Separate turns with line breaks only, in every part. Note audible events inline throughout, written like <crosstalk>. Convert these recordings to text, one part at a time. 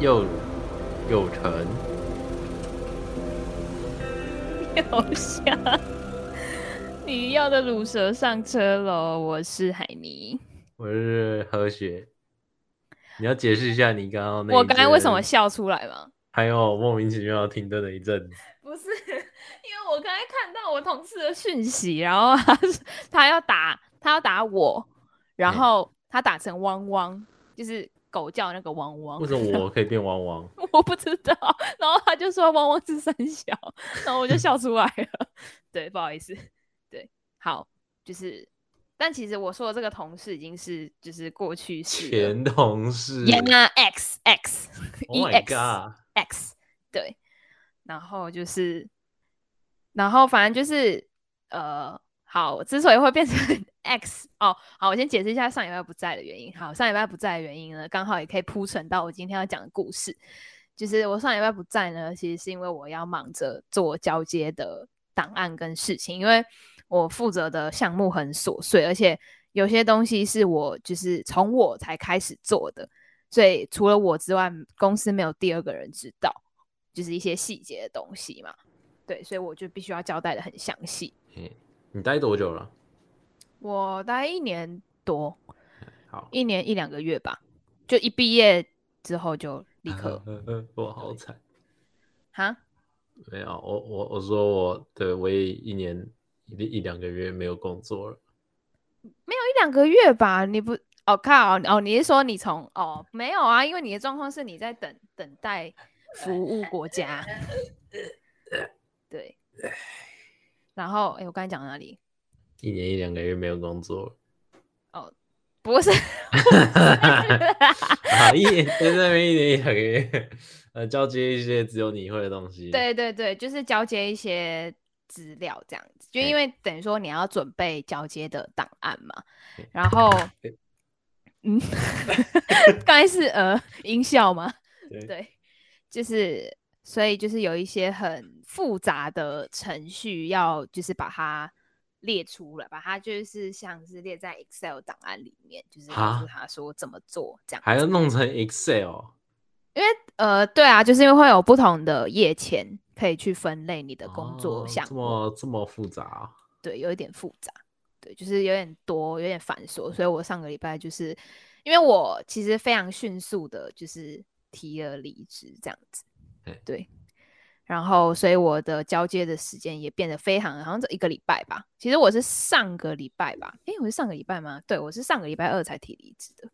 右右城，
<laughs> 有下，你要的乳蛇上车喽！我是海尼。
我是何雪。你要解释一下你刚刚那一
我刚才为什
阵
么笑出来吗？
还有莫名其妙停顿了一阵子？
不是，因为我刚才看到我同事的讯息，然后他是他要打他要打我，
嗯
然后他打成汪汪，就是狗叫那个汪汪
为。什么我可以变汪汪？
哦 <laughs> 我不知道，然后他就说汪汪是三小，然后我就笑出来了。 <laughs> 对，不好意思，对，好，就是，但其实我说的这个同事已经是就是过去式了
前同事
y a X X E
，Oh my
X
god！
X，对，然后就是，然后反正就是，呃，好，之所以会变成 <laughs> X 哦，好，我先解释一下上礼拜不在的原因。好，上礼拜不在的原因呢，刚好也可以铺陈到我今天要讲的故事。就是我上礼拜不在呢，其实是因为我要忙着做交接的档案跟事情，因为我负责的项目很琐碎，而且有些东西是我就是从我才开始做的，所以除了我之外，公司没有第二个人知道，就是一些细节的东西嘛。对，所以我就必须要交代的很详细。
嘿你待多久了？
我大概一年多，
好，
一年一两个月吧，就一毕业之后就立刻
<laughs> 我好惨。
哈，
没有，我我我说我对我也一年一一两个月没有工作了。
一两个月吧，你不哦靠哦，你是说你从哦没有啊？因为你的状况是你在等等待服务国家，对。然后哎，我刚才讲到哪里？
一年一两个月没有工作
不是， <laughs>
了， <laughs> 啊，一年在那边一年一两个月，呃，交接一些只有你会的东西。，
对对对，就是交接一些资料这样子，就因
嘿
为等于说你要准备交接的档案嘛
嘿，
然后，嗯， <laughs> 刚才是呃音效吗？
对
对，就是所以就是有一些很复杂的程序要就是把它列出来，把它就是像是列在 Excel 档案里面，就是告
哈
诉他说怎么做这样。
还要弄成 Excel，
呃，对啊，就是因为会有不同的页签可以去分类你的工作
哦
项
这
目，
么这么复杂啊、
对，有一点复杂，对，就是有点多，有点繁琐，所以我上个礼拜就是因为我其实非常迅速的，就是提了离职这样子
嘿，
对，然后所以我的交接的时间也变得非常，好像这一个礼拜吧，其实我是上个礼拜吧，诶，我是上个礼拜吗？对，我是上个礼拜二才提离职的，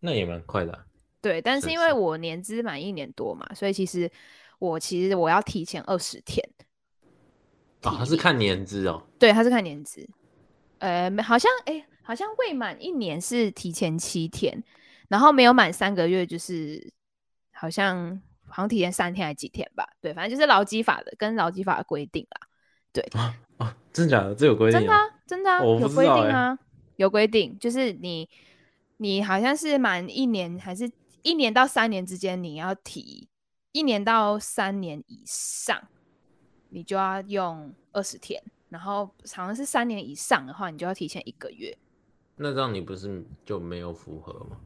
那也蛮快的啊、
对，但
是
是因
是
为我年资满一年多嘛，所以其实我其实我要提前二十天，
哦，他是看年资哦，
对，他是看年资，呃，没好像哎、好像未满一年是提前七天，然后没有满三个月就是好像好像提前三天还几天吧，对，反正就是劳基法的跟劳基法的规定啦，
啊，真的假的？这有规定、
真
哦？
的、啊、真的、啊、
我不
有
知
规定
道欸
啊，有规定，就是你你好像是满一年还是一年到三年之间你要提，一年到三年以上你就要用二十天，然后好像是三年以上的话，你就要提前一个月。
那这样你不是就没有符合吗？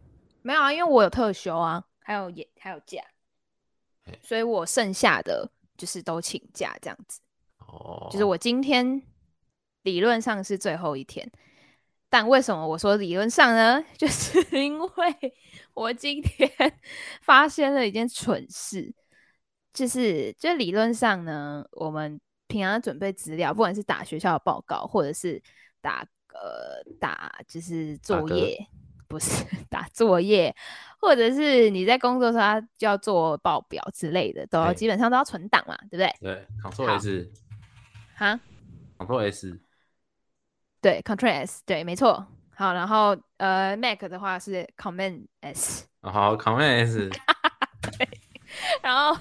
没有啊，因为我有特休啊，还有也还有假
嘿，
所以我剩下的就是都请假这样子。
哦，
就是我今天理论上是最后一天，但为什么我说理论上呢？ <laughs> 就是因为我今天 <laughs> 发现了一件蠢事，就是就理论上呢，我们平常准备资料，不管是打学校的报告，或者是打呃打就是作
嗝
业，不是 <laughs> 打作业，或者是你在工作的时候要就要做报表之类的，都要
哎
基本上都要存档嘛，对不对？
对，Ctrl
好
S，Ctrl
哈，
S，
对，Ctrl S，对，没错。好，然后呃，Mac 的话是 Command S，
哦好，Ctrl S， <laughs>
<laughs> 然后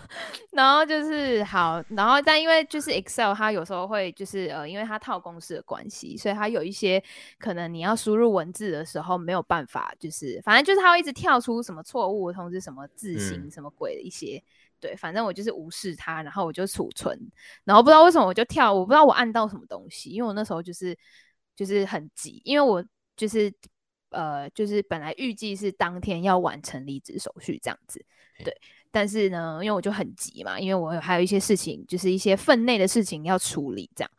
然后就是好，然后但因为就是 Excel 它有时候会就是呃，因为它套公式的关系，所以它有一些可能你要输入文字的时候没有办法，就是反正就是它会一直跳出什么错误通知、什么字形、
嗯
什么鬼的一些。对，反正我就是无视它，然后我就储存，然后不知道为什么我就跳，我不知道我按到什么东西，因为我那时候就是就是很急，因为我就是呃，就是本来预计是当天要完成离职手续这样子，对。但是呢，因为我就很急嘛，因为我还有一些事情，就是一些分内的事情要处理，这样，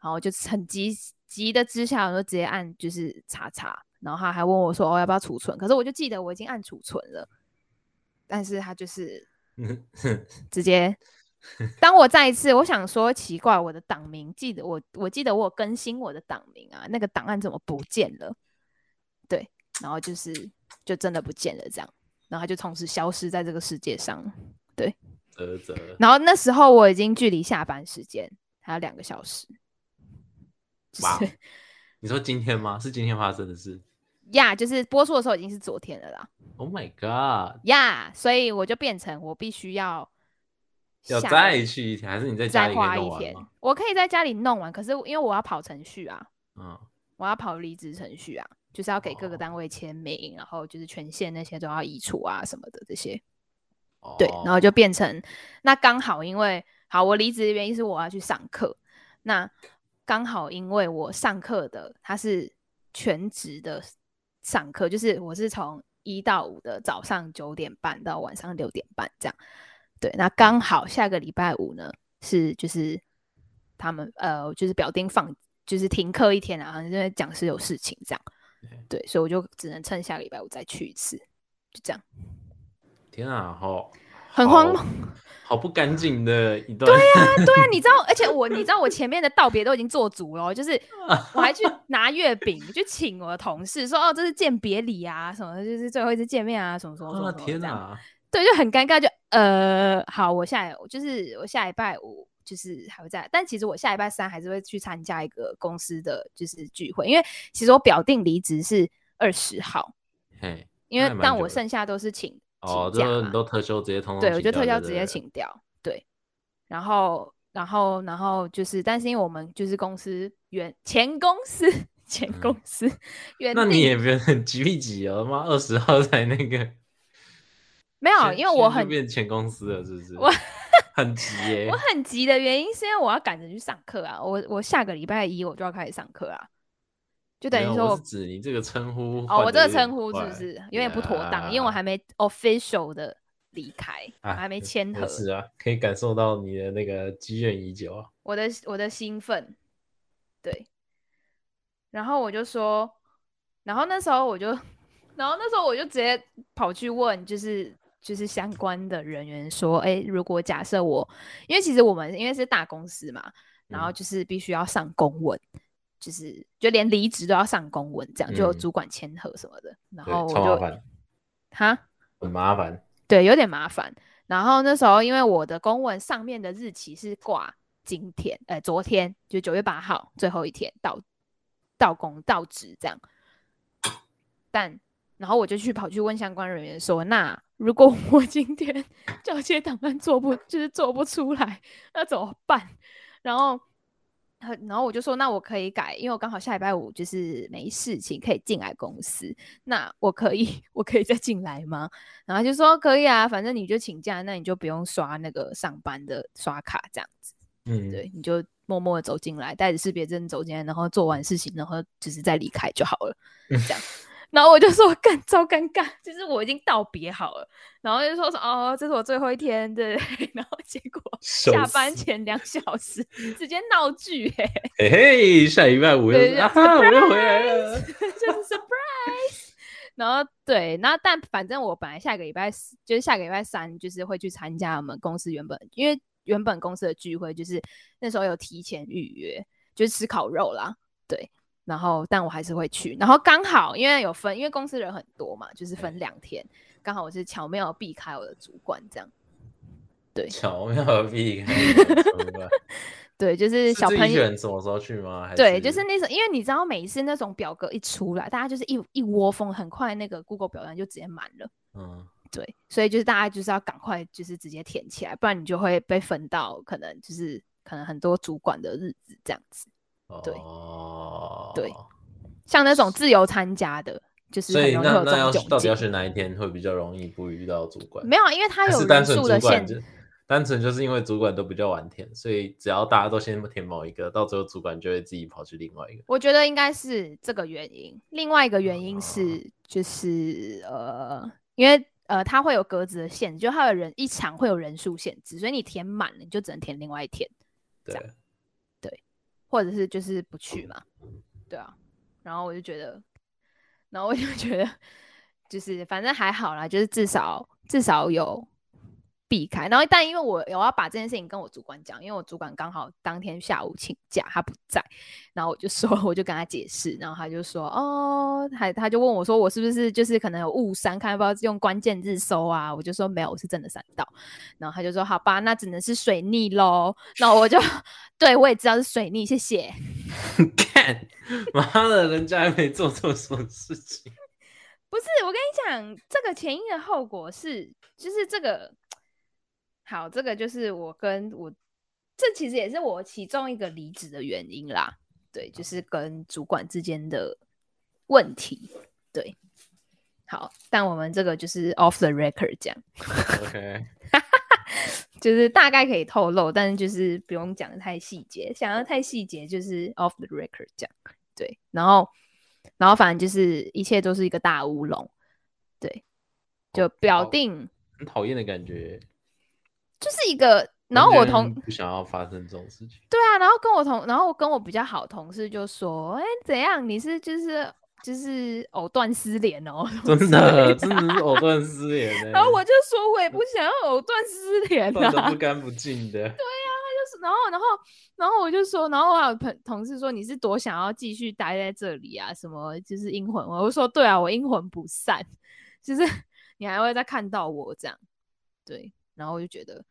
然后就很急急的之下，我就直接按就是查查，然后他还问我说哦要不要储存，可是我就记得我已经按储存了，但是他就是直接当我再一次，我想说奇怪，我的档名记得我，我记得我有更新我的档名啊，那个档案怎么不见了？对，然后就是就真的不见了这样，然后他就从此消失在这个世界上。
啧啧，
然后那时候我已经距离下班时间还有两个小时，就
哇
是
你说今天吗？是今天发生的事
呀就是播出的时候已经是昨天了啦
？Oh my god！
呀所以我就变成我必须要
要
下
再去一天，还是你在家
再
里给
花
弄
一
完
天
吗？，
我可以在家里弄完，可是因为我要跑程序啊，
嗯，
我要跑离职程序啊，就是要给各
哦
个单位签名，然后就是权限那些都要移除啊什么的这些。
哦
对，然后就变成那刚好因为好，我离职的原因是我要去上课，那刚好因为我上课的他是全职的上课，就是我是从一到五的早上九点半到晚上六点半这样。对，那刚好下个礼拜五呢是就是他们呃就是表丁放就是停课一天啊，因为讲师有事情这样。对，所以我就只能趁下个礼拜五再去一次，就这样，
天啊，好，
很荒
好
谬。
好不干净的一段。对啊，
对啊，你知道，而且我你知道我前面的道别都已经做足了哦，就是
<laughs>
我还去拿月饼，就请我的同事说哦，这是鉴别礼啊，什么的就是最后一次见面啊，什么什么什么什么
天啊
这样
哪，
对，就很尴尬，就呃，好，我下我就是我下礼拜五就是还会在，但其实我下礼拜三还是会去参加一个公司的就是聚会，因为其实我表定离职是二十号，
嘿，
因
那
为
还蛮
但
久
我
的
剩下都是请
哦，
请假
就
嘛
你都特休直接通通
对，我
请
就特
掉
效直接。请掉。对，然后，然后，然后就是，但是因为我们就是公司原前公司前
嗯
公
<laughs>
司、原
对那你
定
也不用 <laughs> 很急一急哦，他妈二十号才那个。
没有，
先
因为我
先就
很
变前公司了，是不是？
我
很急耶、
<laughs> 我很急的原因是因为我要赶着去上课啊，我我下个礼拜一我就要开始上课啊，就等于
没有
说
我是指你这个称呼
哦，
换
我
得有
这个
点
称呼是不
快
是有点不妥当因为我还没 official 的离开，
啊
我还没签合
没，事啊，可以感受到你的那个积怨已久啊。
我的我的兴奋，对。然后我就说，然后那时候我就，然后那时候我就直接跑去问，就是就是相关的人员说，哎，如果假设我，因为其实我们因为是大公司嘛，然后
嗯
就是必须要上公文，就是就连离职都要上公文，这样就有
嗯
主管签合什么的。然
对
后哦我
超麻
就
烦，
哈，
很麻烦。
对，有点麻烦。然后那时候因为我的公文上面的日期是挂今天，呃，昨天就九月八号最后一天到到公到职这样，但然后我就去跑去问相关人员说，那如果我 <laughs> 今天交接档案做不就是做不出来，那怎么办？然后。呃然后我就说，那我可以改，因为我刚好下礼拜五就是没事情，可以进来公司。那我可以， <laughs> 我可以再进来吗？然后他就说可以啊，反正你就请假，那你就不用刷那个上班的刷卡这样子，
嗯，
对，你就默默的走进来，带着识别证走进来，然后做完事情，然后只是再离开就好了，这样。然后我就说干，超尴尬，就是我已经道别好了，然后就说说哦，这是我最后一天，对， <laughs> 然后结果
手
下班
撕
前两小时直接闹剧、欸，
嘿嘿，下礼拜五又
对
是
对
啊哈，我又回来了。
<laughs> 就是 surprise。然 <laughs> 后对，那但反正我本来下个礼拜四，就是下个礼拜三，就是会去参加我们公司原本，因为原本公司的聚会，就是那时候有提前预约，就是吃烤肉啦，对。然后但我还是会去，然后刚好因为有分，因为公司人很多嘛，就是分两天，刚好我是巧妙地避开我的主管这样，
<laughs> 巧妙避开你的冲突啊。
对，就是
是
小
自己
朋
一
友
个。人什么时候去吗？还
对，就是那种，因为你知道，每一次那种表格一出来，大家就是一一窝蜂，很快那个 Google 表单就直接满了。
嗯，
对，所以就是大家就是要赶快，就是直接填起来，不然你就会被分到可能就是可能很多主管的日子这样子。对
哦，
对像那种自由参加的，就是
所
很
以
容易会
那
有
那要
这
是
种
到底要
窘境。
选哪一天会比较容易不遇到主管？
没有，因为它
还
有
是单
人
纯
数
主
的
管
限
就单纯就是因为主管都比较晚填，所以只要大家都先填某一个，到最后主管就会自己跑去另外一个。
我觉得应该是这个原因。另外一个原
哦
因是，就是呃，因为呃，它会有格子的限制，就它有人一场会有人数限制，所以你填满了，你就只能填另外一天，这样
<laughs> 对，啊
或者是就是不去嘛，对啊。然后我就觉得，然后我就觉得，就是反正还好啦，就是至少至少有避开。然后但因为我有要把这件事情跟我主管讲，因为我主管刚好当天下午请假，他不在，然后我就说， <laughs> 我就跟他解释，然后他就说，哦，还他就问我说，我是不是就是可能有误删，看要不要用关键字搜啊？我就说没有，我是真的删到。然后他就说，好吧，那只能是水逆喽。那 <laughs> 我就对我也知道是水逆，谢谢。
看，妈的，人家还没做错什么事情。
不是，我跟你讲，这个前因的后果是，就是这个，好，这个就是我跟我，这其实也是我其中一个离职的原因啦。对，就是跟主管之间的问题。对，好，但我们这个就是 off the record 讲，
OK，
就是大概可以透露，但是就是不用讲的太细节，想要太细节就是 off the record 讲，对，然后然后反正就是一切都是一个大乌龙，对，就表
好
定
很讨厌的感觉。
就是一个，然后我
完全
同
不想要发生这种事
<laughs>
情。
对啊，然后跟我同，然后跟我比较好同事就说，哎，怎样？你是就是就是藕断丝连哦，什么
真
<laughs> 之类
的，真的是藕断丝
<laughs>
连呢、欸。
然后我就说，我也不想要藕断丝连啊，
断得不干不净的。
就是然后，然后，然后我就说，然后我还有朋同事说你是多想要继续待在这里啊？什么就是阴魂？我就说对啊，我阴魂不散， <laughs> 就是你还会再看到我这样。对，然后我就觉得，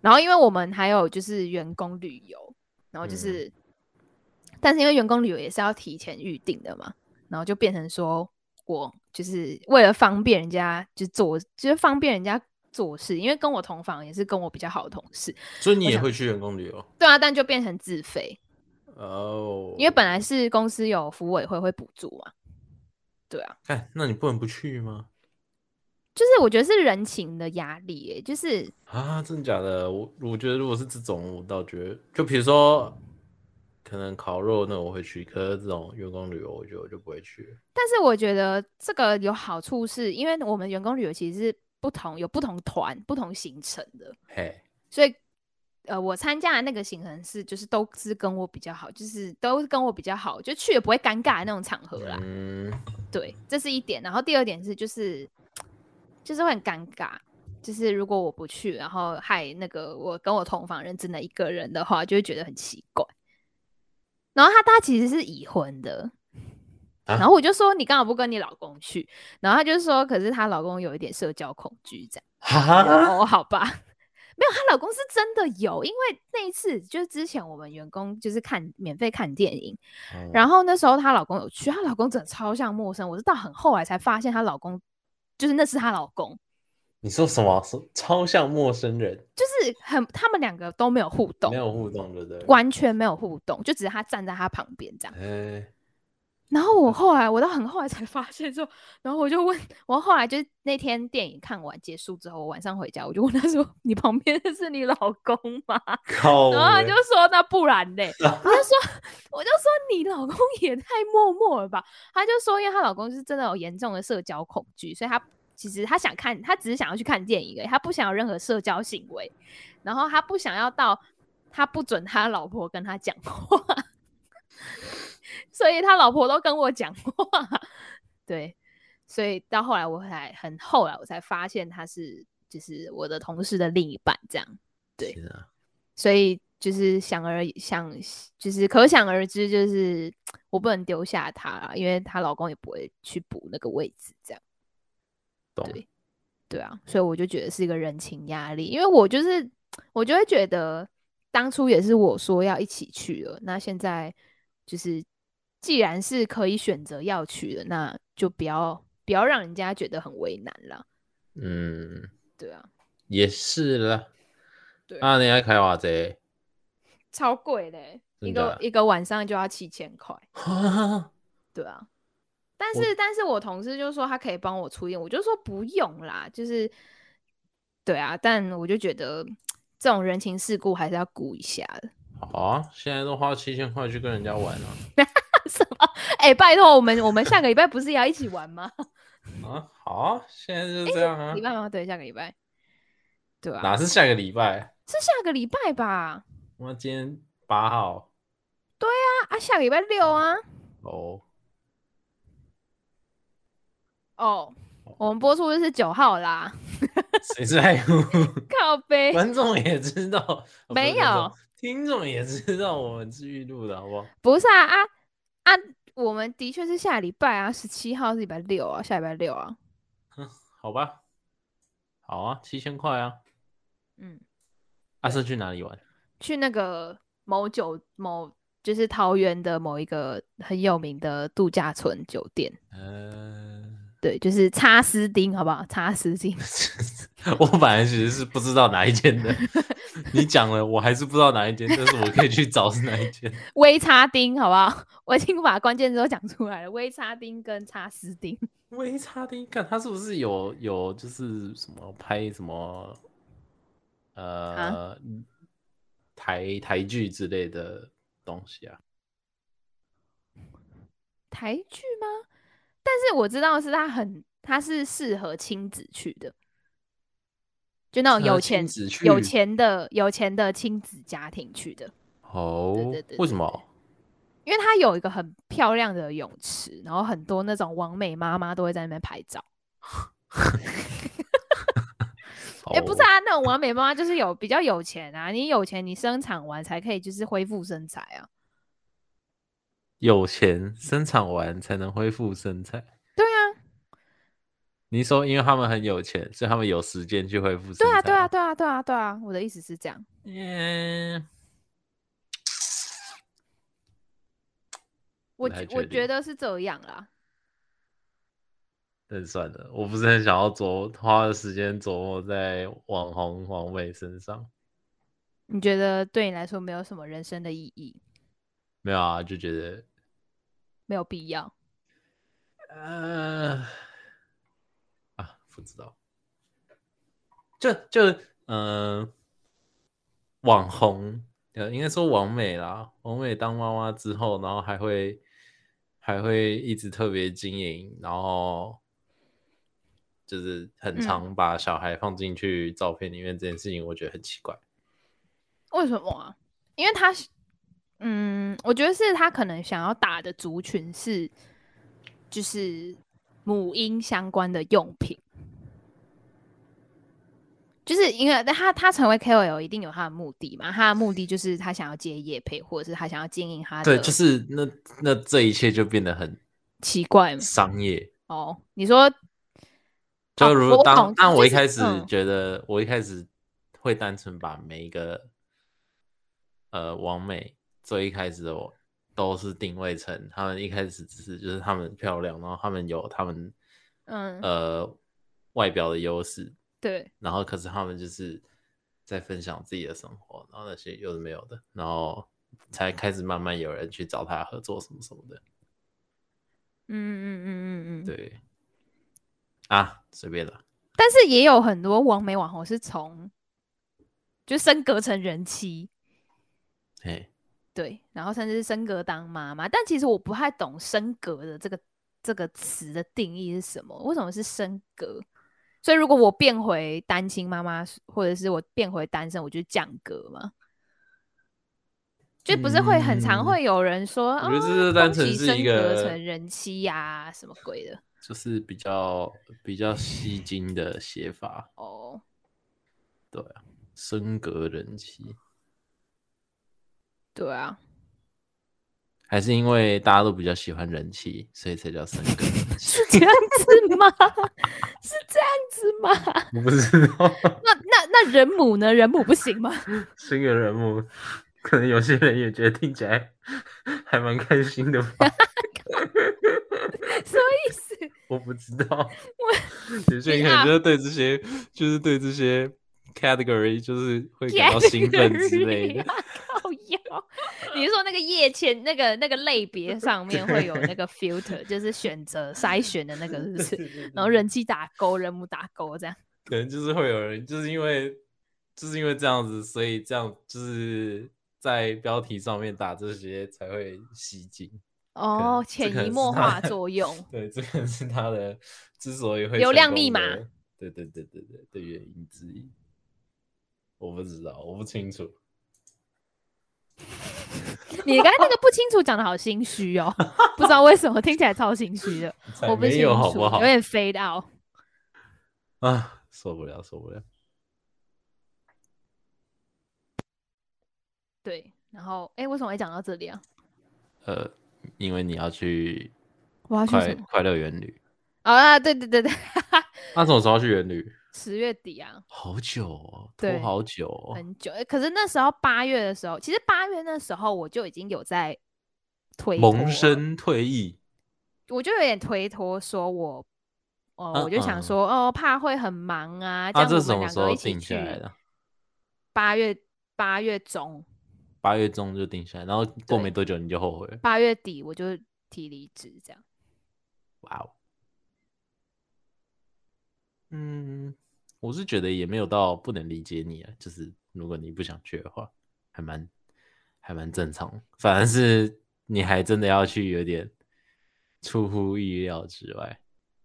然后因为我们还有就是员工旅游，然后就
嗯
是，但是因为员工旅游也是要提前预定的嘛，然后就变成说我就是为了方便人家就做，就是方便人家做事，因为跟我同房也是跟我比较好的同事。
所以你
我
也
想
会去员工旅游？
对啊，但就变成自费，
哦，
因为本来是公司有服委会会补助嘛。对啊，
看，那你不能不去吗？
就是我觉得是人情的压力耶、就是
啊，真的假的？我我觉得如果是这种，我倒觉得，就比如说，可能烤肉那我会去，可是这种员工旅游，我觉得我就不会去。
但是我觉得这个有好处是，因为我们员工旅游其实是不同有不同团、不同行程的，
嘿，
所以呃，我参加的那个行程是就是都是跟我比较好，就是都是跟我比较好，就去也不会尴尬的那种场合啦。
嗯，
对，这是一点。然后第二点是，就是就是会很尴尬，就是如果我不去，然后害那个我跟我同房人只能一个人的话，就会觉得很奇怪。然后他他其实是已婚的，
啊
然后我就说你刚好不跟你老公去，然后他就说，可是她老公有一点社交恐惧这样。我就
哈，
哦，好吧，没有，她老公是真的有，因为那一次就是之前我们员工就是看免费看电影，
哦嗯
然后那时候她老公有去，她老公真的超像陌生，我是到很后来才发现她老公就是那是她老公，
你说什么？是超像陌生人，
就是很他们两个都没有互动
没，有互动，对不对？
完全没有互动，就只是他站在她旁边这样。
哎，
然后
嗯
我后来我到很后来才发现说，然后我就问，我后来就是那天电影看完结束之后，我晚上回家我就问他说：“你旁边的是你老公吗？”
靠
然后他
北
就说那不然嘞，我就说我就说你老公也太默默了吧？他就说因为她老公是真的有严重的社交恐惧，所以他其实他想看，他只是想要去看电影而已，他不想有任何社交行为，然后他不想要到他不准他老婆跟他讲话， <laughs> 所以他老婆都跟我讲话，对，所以到后来我才很后来我才发现他是就是我的同事的另一半这样。对
天啊，
所以就是想而想，就是可想而知，就是我不能丢下她啦，因为她老公也不会去补那个位置，这样
懂
对对啊，所以我就觉得是一个人情压力，因为我就是我就会觉得当初也是我说要一起去的，那现在就是既然是可以选择要去的，那就不要不要让人家觉得很为难啦，
嗯，
对啊，
也是啦。
对
啊，你要开瓦贼？
超贵嘞，一
真的
个
啊
一个晚上就要七千块。
啊，
对啊，但
我
是但是我同事就说他可以帮我出一点，我就说不用啦，就是对啊，但我就觉得这种人情世故还是要顾一下的。
<laughs>
<laughs>
好啊，现在都花七千块去跟人家玩了
什么？哎、拜托，我们我们下个礼拜不是也要一起玩吗？
啊，好啊，现在就是这样啊
礼，拜吗？对，下个礼拜。对啊，
哪是下个礼拜？
是下个礼拜吧？
我们今天八号
啊啊，下个礼拜六啊。
哦，
哦，我们播出的是九号啦，
谁在
<laughs>
乎？
靠背。
观众也知道，哦不是
没
观众
有，
听众也知道我们是预录的，好不好？
不是啊啊啊！我们的确是下礼拜啊，十七号是礼拜六啊，下礼拜六啊。
好吧，好啊，七千块啊，
嗯，
阿胜去哪里玩？
去那个某酒某，就是桃园的某一个很有名的度假村酒店。
嗯，
对，就是擦丝丁，好不好？擦丝丁。
<laughs> 我本来其实是不知道哪一间
<laughs>
的，你讲了，我还是不知道哪一间，但是我可以去找是哪一间。
微差丁，好不好？ <laughs> 我已经把关键字都讲出来了，微差丁跟差丝丁。
微差丁，看他是不是有有就是什么拍什么
啊
呃、台台剧之类的东西啊？
台剧吗？但是我知道的是他很，他是适合亲子去的，就那种有钱
只去
有钱的有钱的亲子家庭去的，
哦？
对对对
为什么？
因为它有一个很漂亮的泳池，然后很多那种完美妈妈都会在那边拍照。哎、不是
哦，
啊，那种完美妈妈就是有比较有钱啊，你有钱你生产完才可以就是恢复身材啊。
有钱生产完才能恢复身材。
对啊，
你说，因为他们很有钱，所以他们有时间去恢复身材。
对啊，对啊，。对啊，对啊，对啊，我的意思是这样。
嗯，
我
不太
觉我
确
觉
定
得是这样啦。
那算了，我不是很想要琢花的时间琢磨在网红王伟身上。
你觉得对你来说没有什么人生的意义，
没有啊，就觉得
没有必要？
呃啊，不知道，就就嗯、呃网红呃，应该说王美啦，王美当妈妈之后，然后还会还会一直特别经营，然后就是很
嗯
常把小孩放进去照片里面这件事情，我觉得很奇怪。
为什么啊？因为他是，嗯，我觉得是他可能想要打的族群是，就是母婴相关的用品，就是因为他他成为 KOL 一定有他的目的嘛，他的目的就是他想要接业配，或者是他想要经营他的，
对，就是那那这一切就变得很
奇怪嘛
商业。
哦。你说
就
哦
如
我
当
懂
当
就
我一
是
开始
嗯
觉得，我一开始会单纯把每一个呃王美最一开始的我都是定位成他们一开始只是就是他们漂亮，然后他们有他们
嗯，
呃外表的优势，
对，
然后可是他们就是在分享自己的生活，然后那些有的没有的，然后才开始慢慢有人去找他合作什么什么的，
嗯嗯嗯嗯嗯，
对啊，随便了。
但是也有很多网美网红是从就升格成人妻，
嘿，
对，然后甚至是升格当妈妈。但其实我不太懂“升格”的这个这个词的定义是什么，为什么是升格？所以如果我变回单亲妈妈，或者是我变回单身，我就降格嘛？就不是会很
嗯
常会有人说，
我觉得这
哦
是单
恭
纯
喜
是
升
一
格
个
成人妻呀、什么鬼的
就是比较比较吸睛的写法，
哦。
升格人气，
对啊，
<laughs> 还是因为大家都比较喜欢人气，所以才叫升格人气？
是这样子吗？ <laughs> 是这样子吗？
<laughs> 我不知道，
那那那人母呢？人母不行吗？ <laughs>
升格人物，可能有些人也觉得听起来还蛮开心的吧，
什么意思？。
我不知道。有些人可能就是对这些，就是对这些 category，就是会感到兴奋之类的
<laughs> 靠腰，你是说那个页签、那个那个类
<laughs>
别上面会有那个 filter，就是选择筛选的那个，是不
<laughs>
是？然后人气打勾，人母打勾这样。
可能就是会有人，就是因为就是因为这样子，所以这样就是在标题上面打这些才会吸睛。
哦，
这可
潜
能
移
是
默
他
化
的
作
<laughs>
用。
对，这个是他的之所以会
流
成
量密
功
码
的，对对对对对的原因之一。我不知道，我不清楚。
你刚才那个不清楚讲的好心虚哦，不知道为什么听起来超心虚的，
才
我不
哎没
清楚，
有好不好
有？点 fade out。
啊，受不了，受不了。
对，然后哎，为什么会讲到这里啊？
呃，因为你要去
我要去
快
什么？
快乐园旅，
好啦，对对对 <laughs> 对，
那什么时候要去园旅？
十月底啊，
好久哦，
对
拖好久哦。
很久。诶可是那时候八月的时候，其实八月那时候我就已经有在推脱
萌
了
生退役，
我就有点推脱，说我哦，我就
嗯嗯
想说哦，怕会很忙啊。这
他
样
这
我
什
们
么
两
时
个
候
一起
定下
去
来的？
八月八月中
八月中就定下来，然后过
对
没多久你就后悔了。
八月底我就提离职，这样。
哇哦，嗯，我是觉得也没有到不能理解你啊，就是如果你不想去的话，还蛮还蛮正常的。反而是你还真的要去，有点出乎意料之外。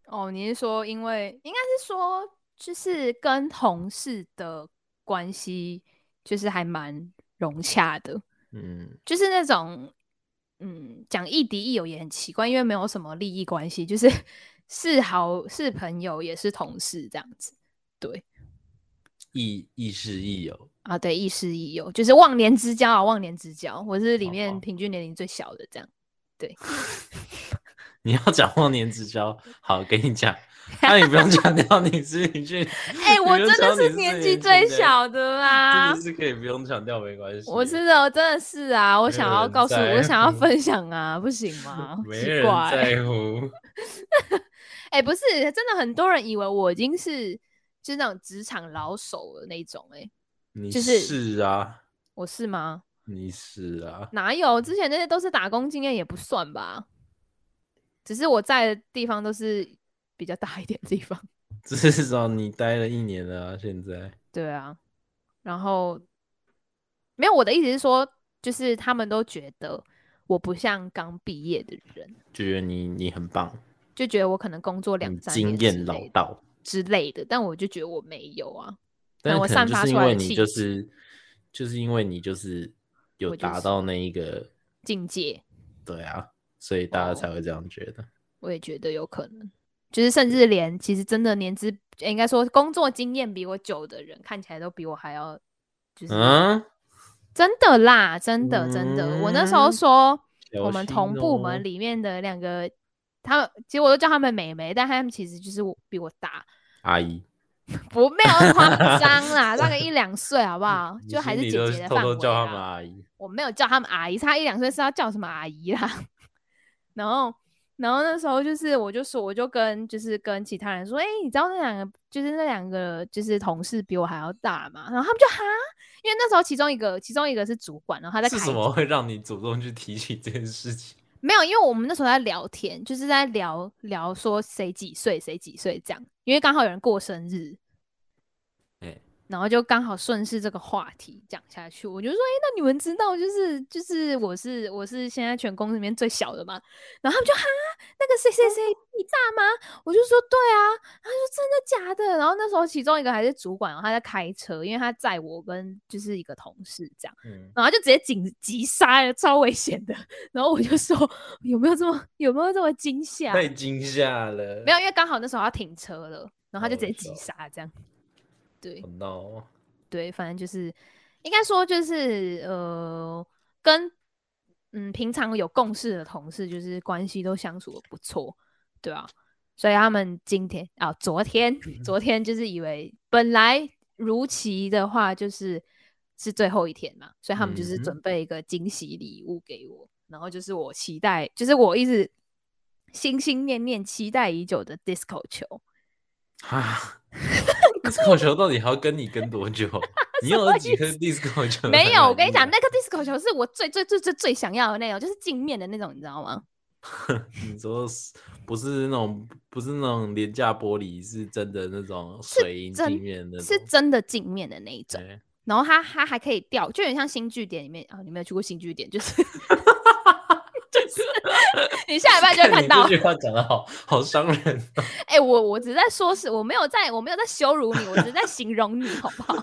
哦，你是说因为应该是说就是跟同事的关系就是还蛮融洽的，
嗯，
就是那种嗯讲亦敌亦友也很奇怪，因为没有什么利益关系，就是 <laughs> 是好是朋友也是同事这样子。对
亦亦师亦友，
啊，对，亦师亦友，就是忘年之交啊，忘年之交，我是里
好好
面平均年龄最小的这样。
你要讲忘年之交，好，给你讲。那你不用强调你是你去，
哎、我
你不用
真的
强调
是
你
年纪
轻
最
的
小的啦、
真的是可以不用强调，没关系。
啊我是的，真的是啊，我
没
想
有
要
人
告诉，
在
我想要
乎
分享啊，不行吗
<laughs> ？没
奇
人
怪、
在乎。
哎、不是，真的很多人以为我已经是就是那种职场老手的那种、哎，
你
<laughs> 就是
是啊，
我是吗？
你是啊，
哪有？之前那些都是打工经验，也不算吧。只是我在的地方都是比较大一点的地方， <laughs>
至少你待了一年了啊，现在
对啊。然后没有，我的意思是说，就是他们都觉得我不像刚毕业的人。
就觉得你你很棒，
就觉得我可能工作两
你
三
经
年之
验老
类的
道，
之类的，但我就觉得我没有啊。
但
但我
可能
散
就
发
是
出
因
来
为
的
你
气
就是就是因为你就是有
我就
达
是
到那一个
境界
对啊，所以大家
哦
才会这样觉得。
我也觉得有可能，就是甚至连其实真的年资，诶应该说工作经验比我久的人，看起来都比我还要，就是、
嗯，
真的啦，真的真的。我那时候
嗯
说，
小
我们同部
心哦
门里面的两个，他们其实我都叫他们美眉，但他们其实就是我比我大，
阿姨，
不没有夸张啦，大概一两岁好不好？
你
啊就还是
心里
姐
都
姐的
偷
范围啊
偷叫他
啦
们啊阿姨，
我没有叫他们阿姨，差一两岁是要叫什么阿姨啦。然后，然后那时候就是，我就说，我就跟就是跟其他人说，哎、你知道那两个就是那两个就是同事比我还要大嘛？然后他们就哈，因为那时候其中一个其中一个是主管，然后他在
是
开
什么会让你主动去提起这件事情？
没有，因为我们那时候在聊天，就是在聊聊说谁几岁谁几岁这样，因为刚好有人过生日，
哎
然后就刚好顺势这个话题讲下去，我就说，哎、那你们知道就是就是我是我是现在全公司里面最小的嘛，然后他们就哈，那个谁谁谁你大吗？我就说对啊，他说真的假的？然后那时候其中一个还是主管，然后他在开车，因为他载我跟就是一个同事这样，
嗯，
然后就直接紧急刹了，超危险的。然后我就说有没有这么有没有这么惊吓？
太惊吓了，
没有，因为刚好那时候要停车了，然后他就直接急
好
刹这样，对。
好闹 <laughs> 哦，
对，反正就是应该说就是呃，跟嗯平常有共事的同事，就是关系都相处的不错，对啊。所以他们今天啊，昨天昨天就是以为本来如期的话就是是最后一天嘛，所以他们就是
嗯
准备一个惊喜礼物给我，然后就是我期待，就是我一直心心念念期待已久的 disco 球。
啊
<laughs>
，disco 球到底还要跟你跟多久？你有
么
几颗 disco 球？
没有，我跟你讲，那个 disco 球是我最最最最最想要的那种，就是镜面的那种，你知道吗？
你说是不是那种不是那种廉价玻璃，是真的那种水银
真
镜面的那
是
种
真的镜面的那一种。
对
然后它它还可以掉，就有点像新据点里面啊、你没有去过新据点，就
<laughs>
是就是你下礼拜就会
看
看
哎 <laughs> 你
到
这。句话讲的好好伤人哦、
哎、我我只是在说是，我没有在我没有在羞辱你，我只是在形容你，好不好？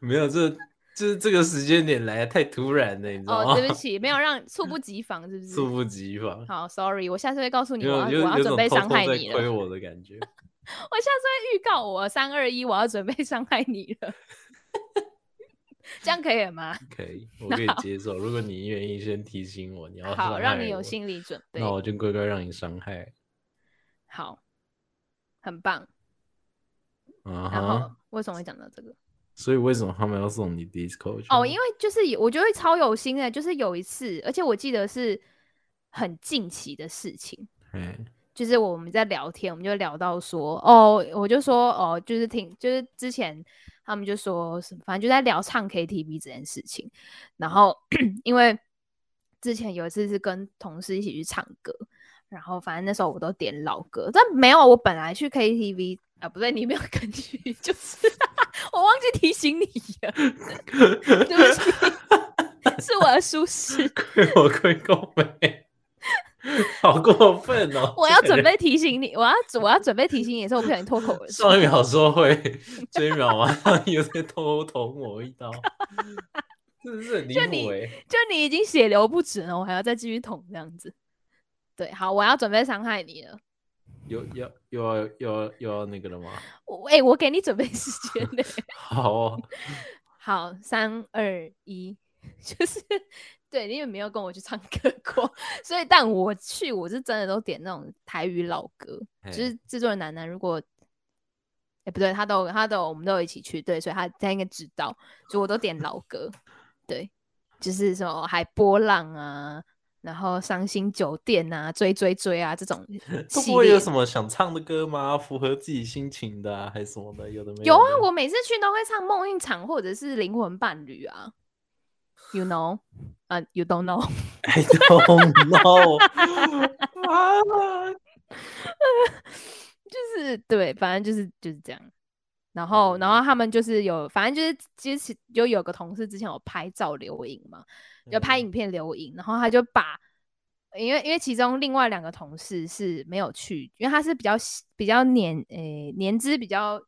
没有，这这这个时间点来得太突然了，你知道吗？
哦，对不起，没有让
<laughs>
猝不及防，是不
猝
是？
不及防，
好，sorry，我下次会告诉你，
因为
我要
我就
我要
有
准
种
备
偷
伤
偷
害
在
你了，我下
亏
次
我的感觉。
会预告我三二一，我要准备 <laughs> 伤害你了，这样可以了吗？
可
<laughs>
以，我可以接受。如果你愿意先提醒我，你要哦伤
好，
害
让你有
我
心理准备
那，我就乖乖让你伤害。
好，很棒。
啊
然后
哈，
为什么会讲到这个？
所以为什么他们要送你 disco？
哦，因
为
为就是有我觉得超有心的，就是有一次，而且我记得是很近期的事情，
哎，
就是我们在聊天，我们就聊到说，哦，我就说，哦，就是挺，就是之前他们就说什么，反正就在聊唱 KTV 这件事情。然后 <clears throat> 因为之前有一次是跟同事一起去唱歌，然后反正那时候我都点老歌，但没有，我本来去 KTV 啊，不对，你没有跟去，就是 <laughs> 我忘记提醒你了。对不起， <laughs> 是我的疏失，
亏我亏 <laughs> 够没，好过分哦！
我
这
要
个
准
人
备提醒你，我要我要准备提醒你的时候，我不小心脱口而出。
<laughs> 上一秒说会，这一秒马上又在偷捅我一刀，真的是很离
你
谱哎！
就你已经血流不止了，我还要再继续捅这样子。对，好，我要准备伤害你了。
有要又要又要又要那个了吗？
我哎、我给你准备时间嘞。
好哦，
<laughs> 好，三二一， <laughs> 就是对，因为没有跟我去唱歌过，所以但我去，我是真的都点那种台语老歌，
嘿
就是制作人楠楠如果。哎、不对，他都有他都有我们都有一起去，对，所以他他应该知道，就我都点老歌，对，就是什么海波浪啊，然后伤心酒店啊，追追追啊这种
都
系
不 <laughs> 会有
列
什么想唱的歌吗？符合自己心情的、啊、还是什么的？有的没
有
<laughs>
啊
的，
我每次去都会唱《梦一场》或者是《灵魂伴侣》啊，You know，啊、y o u don't know， <laughs>
I don't <laughs> know 啊，
就是对，反正就是就是这样。然后，
哦
然后他们就是有，反正就是其实就有个同事之前有拍照留影嘛，有
嗯
拍影片留影，然后他就把，因为因为其中另外两个同事是没有去，因为他是比较细比较年诶、年资比较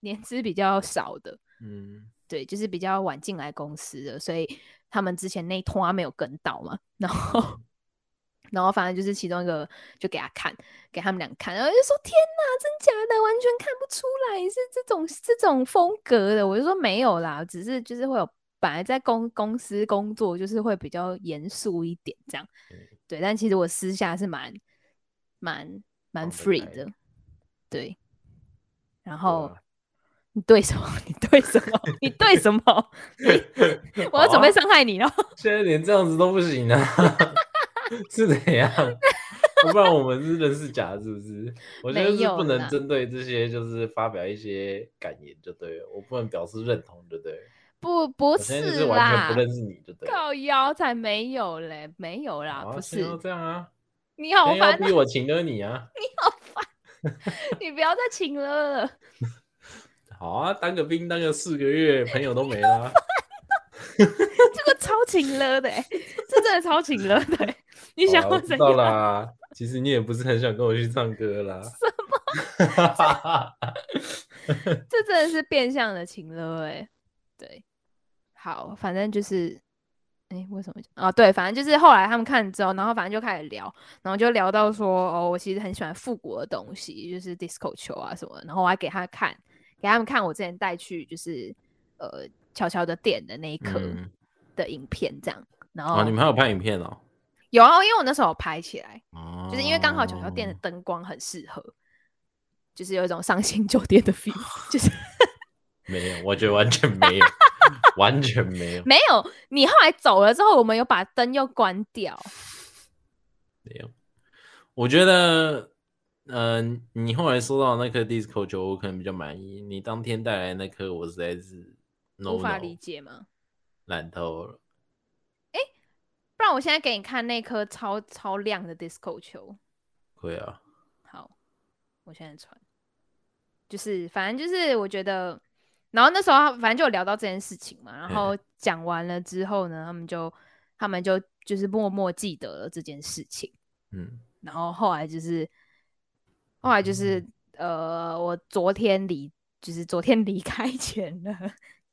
年资比较少的，
嗯，
对，就是比较晚进来公司的，所以他们之前那一通啊没有跟到嘛，然
嗯
后， <laughs> 然后反正就是其中一个就给他看，给他们俩看，然后就说天哪，真假的，完全看不出来是这种这种风格的，我就说没有啦，只是就是会有本来在公公司工作就是会比较严肃一点这样，
嗯
对，但其实我私下是蛮蛮
放
蛮
得
free
开
的，对，然
对
后。
啊
你对什么？ <laughs> 你对什
<laughs>
么？你对什
啊
么？我要准备
上，
伤害你
<laughs>
了。
现在连这样子都不行啊， <laughs> 是怎样？ <laughs> 不然我们是认识假的是不是？我觉得
没
是
有
不
啦
能针对这些，就是发表一些感言就对了，我不能表示认同就对了。
不，不
我现在就是
是
完全
啦
不，认识你就对了。
靠腰才没有嘞，没有啦，
好啊
不
现
是
在。要这样啊，
你好
现在要
烦，
逼我请了你啊。
你不要再请了了。
好啊，当个兵当个四个月，朋友都没了啊。
这个超请
<laughs>
了的欸，这真的超请了的欸。 <laughs> 你想
好啊啦
要
我知
怎
道
样？
啦。其实你也不是很想跟我去唱歌啦。 <laughs> 什么？
这真的是变相的请了哎。对，好，反正就是，哎、为什么讲啊？对，反正就是后来他们看之后，然后反正就开始聊，然后就聊到说，哦，我其实很喜欢复古的东西，就是 disco 球啊什么的，然后我还给他看，给他们看我之前带去就是呃悄悄的店的那一刻
嗯，
的影片这样，然后
哦，你们还有拍影片哦。
有啊，因为我那时候有拍起来，
哦，
就是因为刚好九条店的灯光很适合。就是有一种伤心酒店
<laughs>
的 feel，就是
没有，我觉得完全没有，
<laughs>
完全没有，
没有，你后来走了之后，我们有把灯又关掉。
没有。我觉得，嗯、你后来收到那颗 disco 球，我可能比较满意。你当天带来那颗，我实在是 no
无法
no，
理解吗？
懒透了。
不然我现在给你看那颗超超亮的 disco 球，
可以啊，
好，我现在传，就是反正就是我觉得，然后那时候他反正就有聊到这件事情嘛，然
嗯
后讲完了之后呢，他们就他们就就是默默记得了这件事情，
嗯，
然后后来就是后来就是呃，我昨天离就是昨天离开 <laughs> 前呢，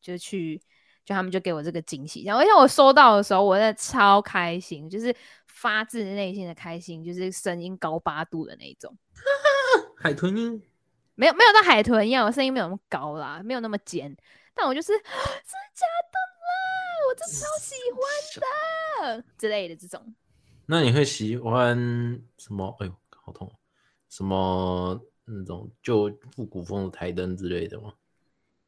就去就他们就给我这个惊喜，然后而且我收到的时候，我真的超开心，就是发自内心的开心，就是声音高八度的那一种。
海豚音
没有没有到海豚一样，我声音没有那么高啦，没有那么尖，但我就是 <gasps> 真的假的啦，我真超喜欢的之类的这种。
那你会喜欢什么？哎呦，好痛哦！什么那种旧复古风的台灯之类的吗？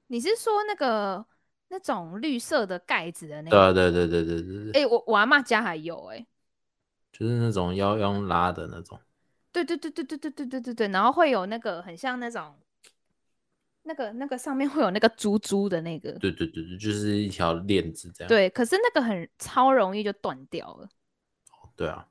你是说那个那种绿色的盖子的那
对啊，
个？
对对对对对
哎、
对，
我我阿妈家还有哎、
就是那种要要用拉的那种。
对对对对对对对对对对，然后会有那个很像那种那个那个上面会有那个珠珠的那个，
对啊对对对，就是一条链子这样。
对，可是那个很超容易就断掉了。
对啊，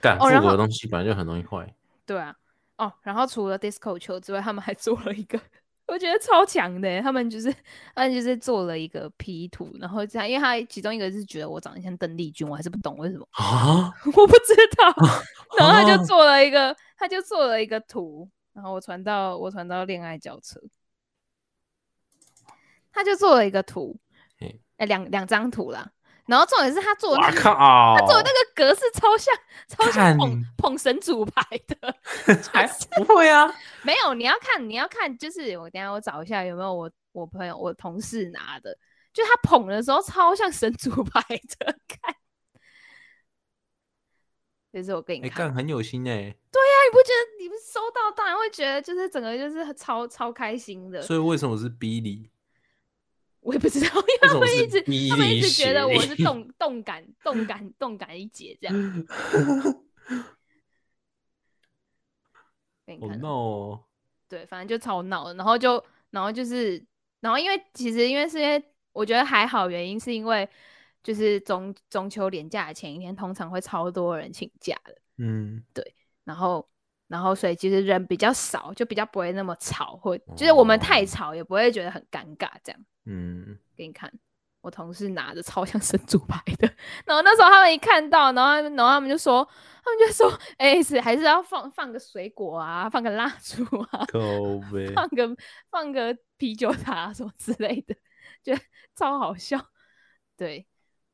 干
哦
复
然
古
后
的东西本来就很容易
<laughs>
坏。
对啊，哦，然后除了 disco 球之外，他们还做了一个， <laughs> 我觉得超强的欸。他们就是，他们就是做了一个 P 图，然后这样，因为他其中一个是觉得我长得像邓丽君，我还是不懂为什么， <laughs>
啊，
我不知道。然后他就
哦
做了一个，他就做了一个图，然后我传到我传到恋爱轿车，他就做了一个图
嘿，
哎，两两张图啦。然后重点是他做的
啊哇
那个，
靠！
他做的那个格式超像超像捧
看
捧神主牌的。 <laughs>
还 <laughs> 不会啊？
没有，你要看，你要看，就是我等一下我找一下有没有我我朋友我同事拿的，就他捧的时候超像神主牌的， <laughs> 看，就是我给你
哎，
看，
干很有心哎。
那、你不觉得你不收到当然会觉得就是整个就是超超开心的，
所以为什么是 Billy？
我也不知道，因为他
为
们
什么
一
是
直他们一直觉得我是
B
动动感动感动感一姐这
哦
样，
<laughs>
给你
哦
看。
no！
对，反正就超闹的，然后就，然后就是，然后因为其实因为是因为我觉得还好，原因是因为就是中中秋连假的前一天，通常会超多人请假的，
嗯，
然后然后所以其实人比较少，就比较不会那么吵，或就是我们太
哦
吵也不会觉得很尴尬这样。 <laughs>
嗯，
给你看，我同事拿着超像神主牌的， <laughs> 然后那时候他们一看到，然后他们然后他们就说，他们就说，哎、是还是要放放个水果啊，放个蜡烛啊，
靠呗。
放个放个啤酒塔啊什么之类的，就超好笑。对，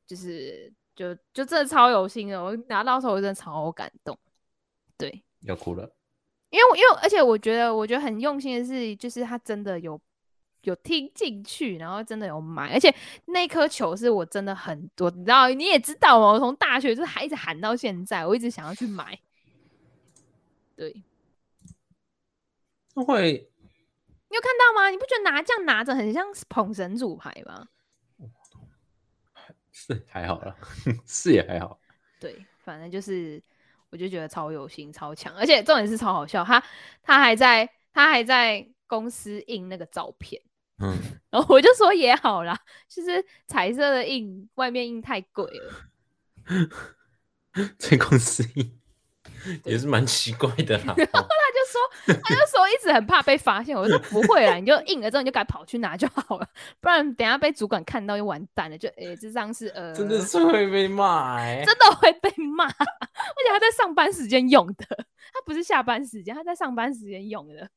就是就就真的超有心的，我拿到的时候我真的超感动。对，
要哭了。
因为我因为而且我觉得我觉得很用心的是，就是他真的有有听进去，然后真的有买，而且那颗球是我真的很多，你知道你也知道嘛，我从大学就是还一直喊到现在，我一直想要去买。对，你
那会
有看到吗？你不觉得拿这样拿着很像是捧神主牌吗？
是还好啦，是也还好。
对，反正就是我就觉得超有心、超强，而且重点是超好笑，他他还在他还在公司印那个照片，
嗯，
<laughs> 然后我就说也好啦，就是彩色的印外面印太贵了，
这公司 <laughs> 也
对
是蛮奇怪的啦。
他就说他就说一直很怕被发现，我就说不会啦，你就印了之后你就赶快跑去拿就好了，不然等一下被主管看到就完蛋了，就诶、这张是
<laughs>
呃
真的是会被骂哎、
真的会被骂，而且他在上班时间用的，他不是下班时间，他在上班时间用的。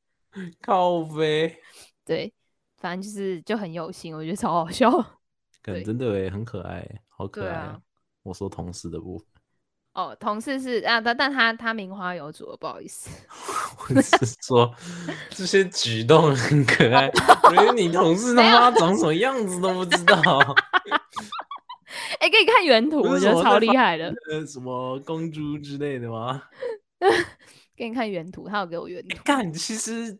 靠呗，
对，反正就是就很有心，我觉得超好笑。 <laughs>
感
对
真的哎、很 <laughs> 可爱欸，好可
对
爱、
啊
我说同事的部分， <laughs>
哦，同事是啊，但但他他名花有主了，不好意思。 <laughs>
我是 <laughs> 说这些举动很可爱。我觉得你同事他妈长什么样子都不知
<laughs>
道，
哎、给你看原图，
不是
我觉
什
得
么
超
在
厉
发
害的。
呃，什么公猪之类的吗？
给你看原图，他有给我原图。
哎干，其实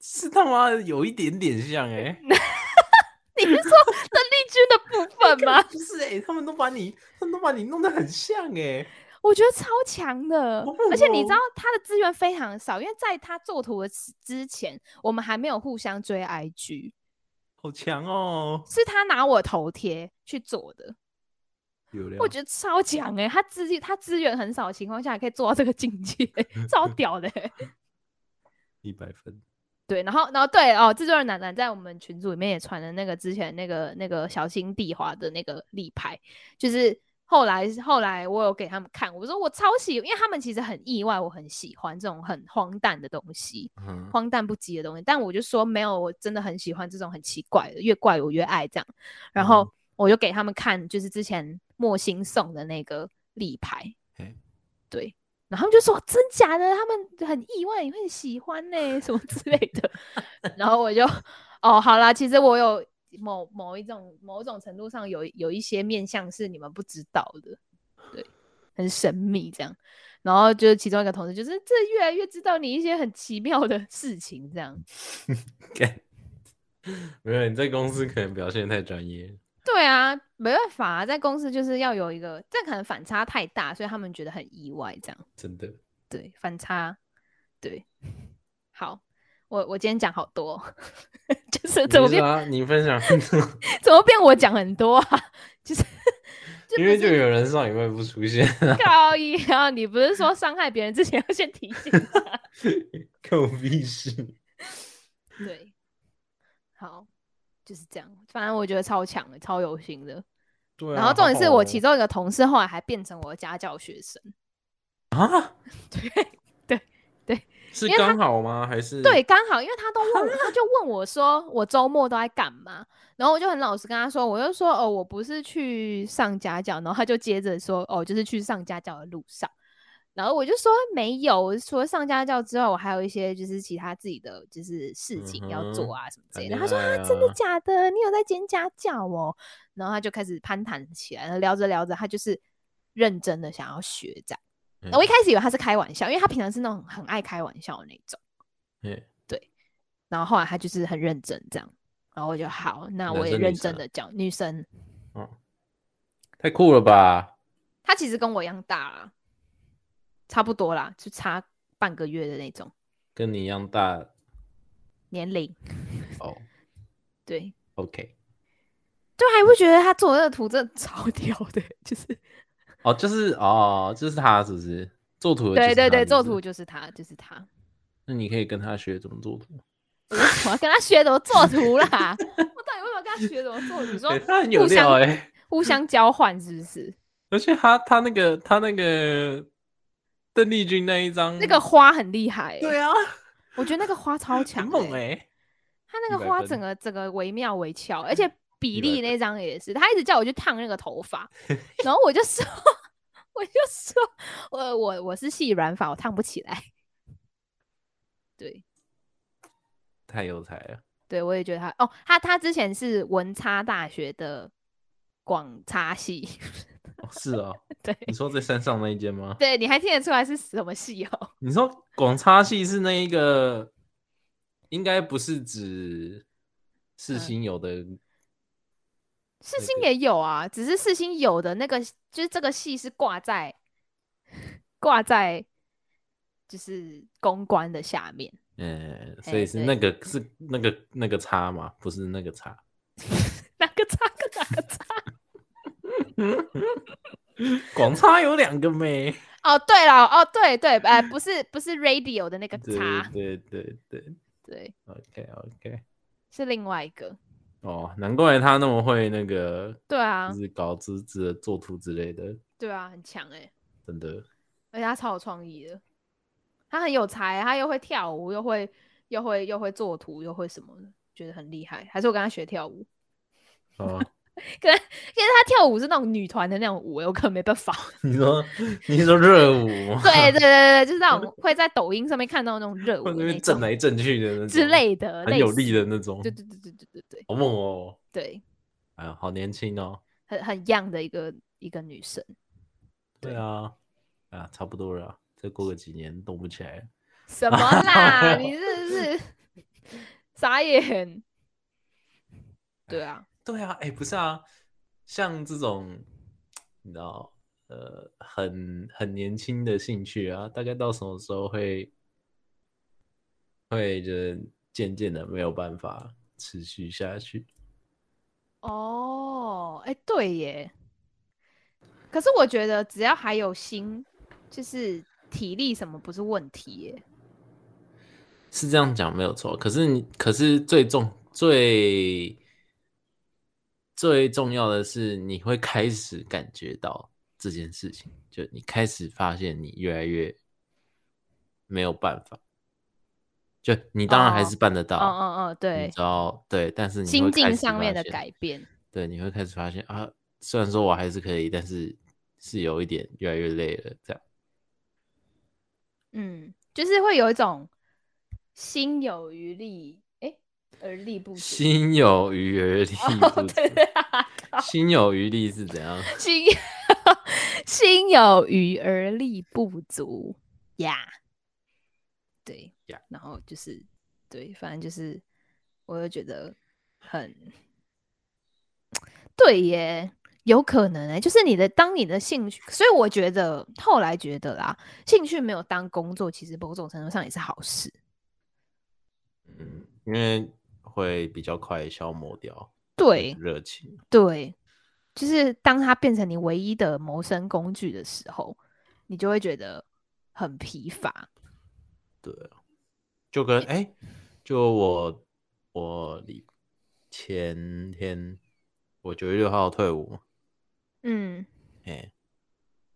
是他妈有一点点像哎、
你是说 <laughs> 邓丽君的部 <laughs> 分吗？
<laughs> 不是哎、他们都把你，他们都把你弄得很像哎、
我觉得超强的
我，
而且你知
我
道他的资源非常少，因为在他做图的之之前，我们还没有互相追 IG，
好强哦！
是他拿我头贴去做的。
流量
我觉得超强哎、欸，他资他资源很少的情况下，还可以做到这个境 <laughs> 界，超屌的欸、
一百分，
对，然后然后对哦，制作人楠楠在我们群组里面也传了那个之前那个那个小心地滑的那个立牌，就是后来后来我有给他们看，我说我超喜，因为他们其实很意外，我很喜欢这种很荒诞的东西，
嗯，
荒诞不羁的东西，但我就说没有，我真的很喜欢这种很奇怪的，越怪我越爱这样。然后
嗯
我就给他们看，就是之前莫心送的那个立牌
嘿，
对，然后他们就说真假的，他们很意外，你会喜欢呢、什么之类的。然后我就哦，好啦，其实我有某某一种某种程度上有有一些面向是你们不知道的，对，很神秘这样。然后就是其中一个同事，就是这越来越知道你一些很奇妙的事情，这样。
干没有你在公司可能表现得太专业，
对啊，没办法、啊，在公司就是要有一个，这可能反差太大，所以他们觉得很意外，这样。
真的。
对，反差，对，好，我我今天讲好多 <laughs> 哦，就是呃怎么
没事
变
啊？你分
<laughs>
享，
怎么变我讲很多啊，就是就
因
不
为就是有人上礼拜不出现， <laughs>
高一啊，你不是说伤害别人之前要先提醒吗？
看我屁事。
对，好，就是这样，反正我觉得超强的，超有心的。
对啊、
然后重点是
好
我
哦
其中一个同事后来还变成我的家教学生，
啊，
<laughs> 对。
是
因为他
刚好吗？还是
对，？刚好因为他都问我，他
<laughs>
就问我说我周末都在干嘛，然后我就很老实跟他说，我就说哦，我不是去上家教，然后他就接着说哦，就是去上家教的路上，然后我就说没有，除了上家教之外，我还有一些就是其他自己的就是事情要
嗯
做
哼
啊什么之
谈
类的。
恋
他说
爱
啊，真的
啊
假的？你有在兼家教哦？然后他就开始攀谈起来，然后聊着聊着，他就是认真的想要学这样。
嗯
我一开始以为他是开玩笑，因为他平常是那种很爱开玩笑的那种。
哎
然后后来他就是很认真这样，然后我就好，那
男
我也
生女
认
生
真
啊
的教女生。
太酷了吧！
她其实跟我一样大啦，差不多啦，就差半个月的那种
跟你一样大
年龄。
哦。
对，
OK，
就还会觉得他做的那个图真的超 <laughs> 屌的，就是
哦，就是哦，就是他是不是做图的就是
对对
他
对，
是不
做
是
图就是他，就是他。
那你可以跟他学怎么做图。
我为什么要跟他学怎么做图啦？我到底为什么要跟他学怎么做图？你
欸
说
他很有
互相
料哎、
互相交换是不是？
而且他他那个他那个邓丽君那一张，
那个 <laughs> 花很厉害、欸，
对啊，
我觉得那个花超
很
强、欸，
猛哎、
他那个
100
花
分
整个整个惟妙惟肖，
<laughs>
而且比例
100
那张也是，他一直叫我去烫那个
<laughs>
头发，然后我就说， <laughs> 我就说，我我我是细软发，我烫不起来。对，
太有才了。
对我也觉得他哦，他他之前是文差大学的广差系， <laughs>
哦是哦，
对
你说在山上那一间吗？
对，你还听得出来是什么系哦？
你说广差系是那一个，应该不是指四
嗯
星有的
世
对
新
对
也有啊，只是世新有的那个就是这个系是挂在挂在就是公关的下面。 <laughs>
嗯，
哎
所以是那个是那个那个叉嘛，不是那个
<laughs>
叉。
哪个叉跟哪个叉？ <laughs>
广叉有两个妹，
哦，对了，哦，对对，哎、不是不是 radio 的那个
对
叉，
对对对
对，
，OK OK，
是另外一个。
哦，难怪他那么会那个，
对啊
就，是搞资质的作图之类的，
对啊，很强哎、
真
<laughs>
的
而且他超有创意的，他很有才，他又会跳舞，又会又会又会做图，又会什么的，觉得很厉害。还是我跟他学跳舞，
哦。
可能因为他跳舞是那种女团的那种舞、欸我可能没办法。
你说你说热舞吗， <laughs>
对对对对，就是那种会在抖音上面看到那种热舞
或
的
者那
那
边震
种
来震去的那种
之，类的，
很
类
有
似
力的。那种
对，对对对对对对
好猛哦！
对，
哎呀，好年轻哦。
很很 young 的一个一个女生。
对啊，啊，差不多了啊，再过个几年动不起来了。
什
<laughs>
么啦？你是不是傻眼？对啊，
对啊，哎、不是啊，像这种，你知道，呃，很很年轻的兴趣啊，大概到什么时候会，会就是渐渐的没有办法持续下去。
哦，哎，对耶，可是我觉得只要还有心，就是体力什么不是问题耶。
是这样讲没有错。可是你，可是最重最最重要的是，你会开始感觉到这件事情，就你开始发现你越来越没有办法。就你当然还是办得到，
嗯嗯嗯，
你
对
知，道对，但是你会
心
开
境
始
上面
发
的
现
改变，
对，你会开始发现啊，虽然说我还是可以，但是是有一点越来越累了，这样。
嗯，就是会有一种心有余力，哎，而力不足。
心有余而力不足，
哦，对 <laughs> 对啊，
<laughs> 心有余力是怎样？
心心有余而力不足呀。对
Yeah
然后就是对，反正就是，我就觉得很对耶，有可能哎、就是你的当你的兴趣，所以我觉得后来觉得啦，兴趣没有当工作，其实某种程度上也是好事。
嗯，因为会比较快消磨掉
对
热情。
对，就是当它变成你唯一的谋生工具的时候，你就会觉得很疲乏。
对啊，就跟哎、就我我礼前天我九月六号退伍嘛，
嗯，
哎、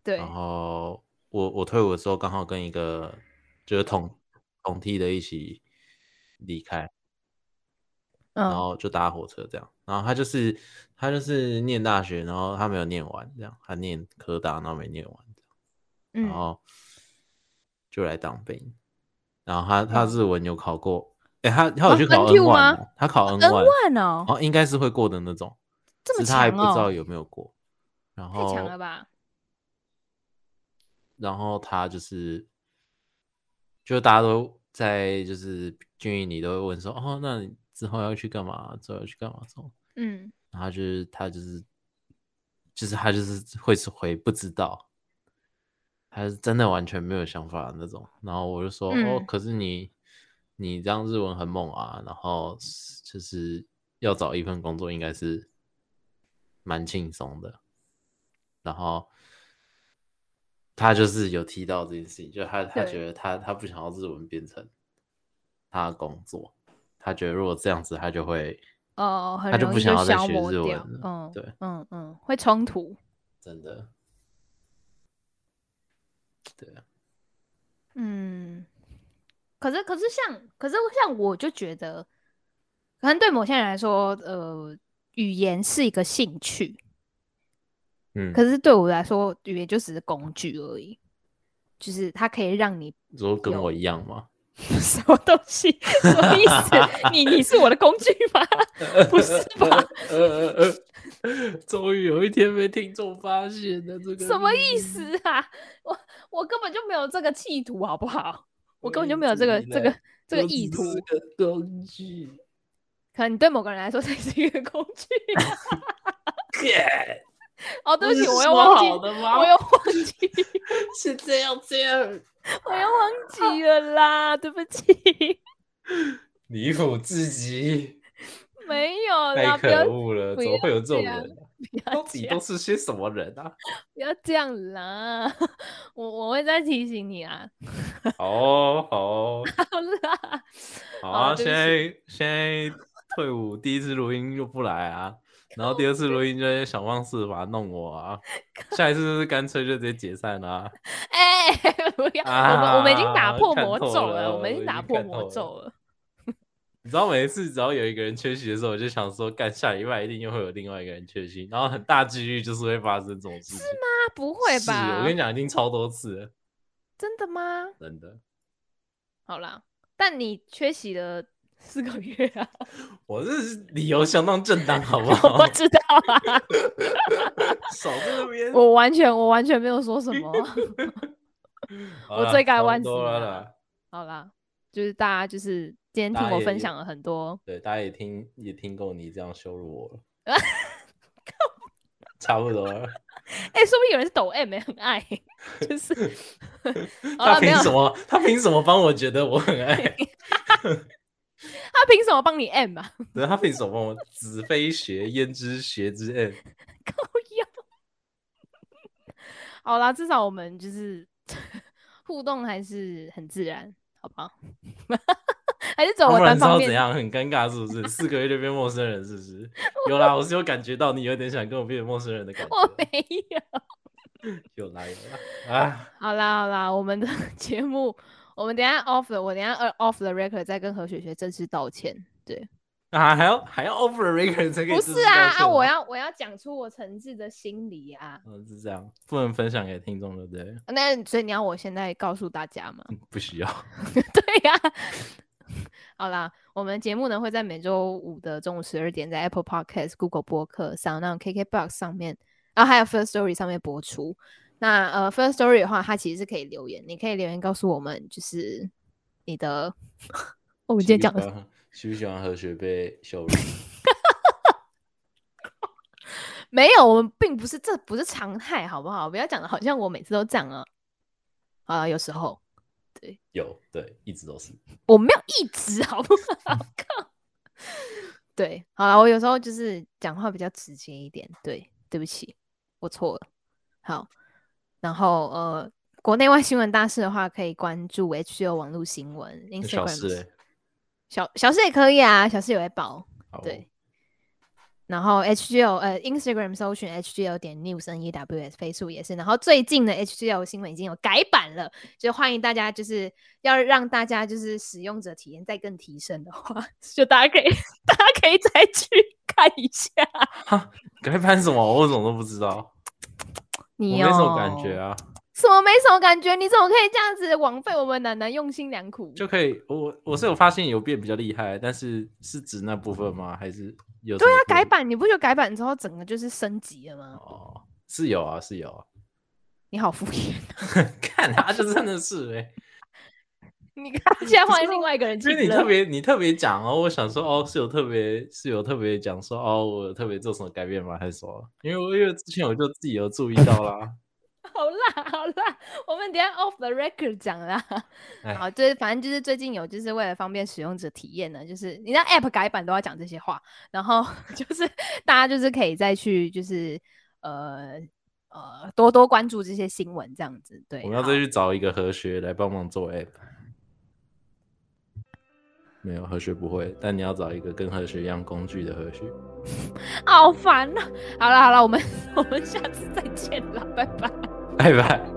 对，
然后我我退伍的时候刚好跟一个就是同同梯的一起离开，然
嗯，
后就搭火车这样。然后他就是他就是念大学，然后他没有念完，这样他念科大，然后没念完，然
嗯，
后就来当兵。然后他他日文有考过，哎、他他有去
哦
考 N
NQ 吗
万、他考 N
N
万，
万
然
哦，
后应该是会过的那种，
这
只
么
是他还
强
不知道
哦，
有没有过。然
太
后
强了吧？
然后他就是，就大家都在就是军营里都会问说，哦，那你之后要去干嘛？之后要去干嘛？之后，
嗯，
然后他就是他就是，就是他就是会是回不知道，他是真的完全没有想法的那种。然后我就说，哦，
嗯
可是你你这样日文很猛啊，然后就是要找一份工作应该是蛮轻松的。然后他就是有提到这件事情，就他他
对
觉得他他不想要日文变成他的工作，他觉得如果这样子，他就会
哦，很
他就
容
不
易
想要再
消
学
磨
日文
掉
了，
嗯，
对，
嗯嗯，会冲突，
真的，对啊，
嗯，可是可是像可是像我就觉得，可能对某些人来说，呃，语言是一个兴趣，
嗯，
可是对我来说，语言就只是工具而已，就是它可以让你 <laughs>
你说跟
有
我一样吗？
什么东西？什么意思？你你是我的工具
<laughs>
吗？不是吧？
呃呃呃，终于有一天被听众发现了这个
什么意
秘密？
思啊？我我根本就没有这个企图，好不好？我
我
根本
一
就没有
直
这个
以
这
来
个这个
我
意
只
图。
是个工具。
可能你对某个人来说， <laughs> 这是一个工具。哦，对不起，我又
要
忘记，
好的吗？
我又忘记，
是这样这样，
我又忘记了啦，对不起，
离谱至极，
没有
<laughs> 太
啦，不要
可恶了！
不
怎么
要
会有这种
这样
人、啊？
不要
到
这
底
样
都是些什么人啊？
不要这样啦， <laughs> 我我会再提醒你啊。
好哦好哦，
<laughs> 好啦，
好
好
啊！
对
现
不
在现在退伍第一次录音就不来啊，然后第二次录音就在想方设法弄我啊，下一次就是干脆就直接解散啦、 <laughs> 啊。
哎、不要，我们我们已经打
啊
破
看
魔
透
咒
了
我们已
我
经
已
打
经
破
看
魔
透
咒了。
你知道每一次只要有一个人缺席的时候，我就想说，干下礼拜一定又会有另外一个人缺席，然后很大几率就是会发生这种事情。是吗？
那不会吧？
我跟你讲，已经超多次了，
真的吗？
真的。
好啦，但你缺席了四个月
<laughs>
啊，
我这是理由相当正
<laughs>
当，好不好
我？知道啊，
<laughs>
<laughs>
少在那边，
我完全我完全没有说什么。 <laughs>
好
我
啦
罪该
差不
万
多
死
了
了
啦。
好啦，就是大家就是今天
大
听
家
我
也
分
也
享了很多，
对，大家也听也听够你这样羞辱我了，
<laughs>
差不多了。
哎、说不定有人是抖 M 也很爱，欸 <laughs> 就是 <laughs>
<laughs>
好
他
了，没
凭
有
什么？他凭什么帮我觉得我很爱？
<laughs> 他凭什么帮你 M 啊？
对，他凭什么帮我？哎
<laughs>
子非学，焉知学之恩？
靠腰。 <laughs> 好啦，至少我们就是 <laughs> 互动还是很自然，好不好？ <laughs> 还是走我
不然
单
知道
方
怎
面。
样，很尴尬是不是？四个月就变陌生人是不
<laughs>
是？有啦，我是有感觉到你有点想跟我变陌生人的感
我
觉，
没有。
有啦有啦啊！
好啦好啦，我们的 <laughs> 节目，我们等一下 off 了，我等一下呃 off the record 再跟何雪雪正式道歉。对，
啊，还要还要 over the record 才可以
不
正
是
式
啊
道歉
啊，我
吗
要我要讲出我诚挚的心理啊。
嗯是这样，不能分享给听众，对不对？ <laughs>
那所以你要我现在告诉大家吗？
不需要。
<laughs> 对呀、好啦，我们节目呢会在每周五的中午十二点在 Apple Podcast、Google 播客、上那 KKBox 上面，然后还有 First Story 上面播出。那呃，First Story 的话，它其实是可以留言，你可以留言告诉我们，就是你的。 <laughs>
我
我们今天讲的，
喜不喜欢何雪被羞辱？
没有，我们并不是这不是常态，好不好？不要讲的好像我每次都这样啊。啊、有时候
有，对，一直都是。
我没有一直，好不
<laughs>
好？
嗯
靠！ <laughs> 对，好了，我有时候就是讲话比较直接一点，对，对不起，我错了。好，然后呃，国内外新闻大事的话，可以关注 HGO 网络新闻
那小
Instagram
事欸，
小小事也可以啊，小事也会报。
好哦
对，然后 HGL 呃 Instagram 搜寻 HGL 点 news n e w s 飞速也是，然后最近的 HGL 新闻已经有改版了，就欢迎大家就是要让大家就是使用者体验再更提升的话， <laughs> 就大家可以大家可以再去看一下。
该翻什么？我怎么都不知道，我
你哦
没
有、
什么感觉？啊，
什么没什么感觉？你怎么可以这样子枉费我们楠楠用心良苦？
就可以。我我是有发现有变比较厉害，但是是指那部分吗？还是有什
对
么
啊，
不
改
一
版你不觉得改版之后整个就是升级了吗？
哦，是有啊，是有啊。 <laughs>
你好敷衍， <laughs>
看他就真的是哎、
你看现在
不是
换另外一个人
因
去
为你
了
特别你特别讲哦，我想说哦，是有特别是有特别讲说哦，我有特别做什么改变吗？还是什么？因为我因为之前我就自己有注意到啦。
<laughs> 好啦好啦，我们等一下 off the record 讲啦。
哎
好，就是反正就是最近有，就是为了方便使用者体验呢，就是你那 app 改版都要讲这些话，然后 <laughs> 就是大家就是可以再去就是呃呃多多关注这些新闻这样子。对，
我们要
好
再去找一个何学来帮忙做 app。没有何学不会，但你要找一个跟何学一样工具的何学。
<laughs> 好烦啊！好了好了，我们我们下次再见啦，拜拜。
拜拜。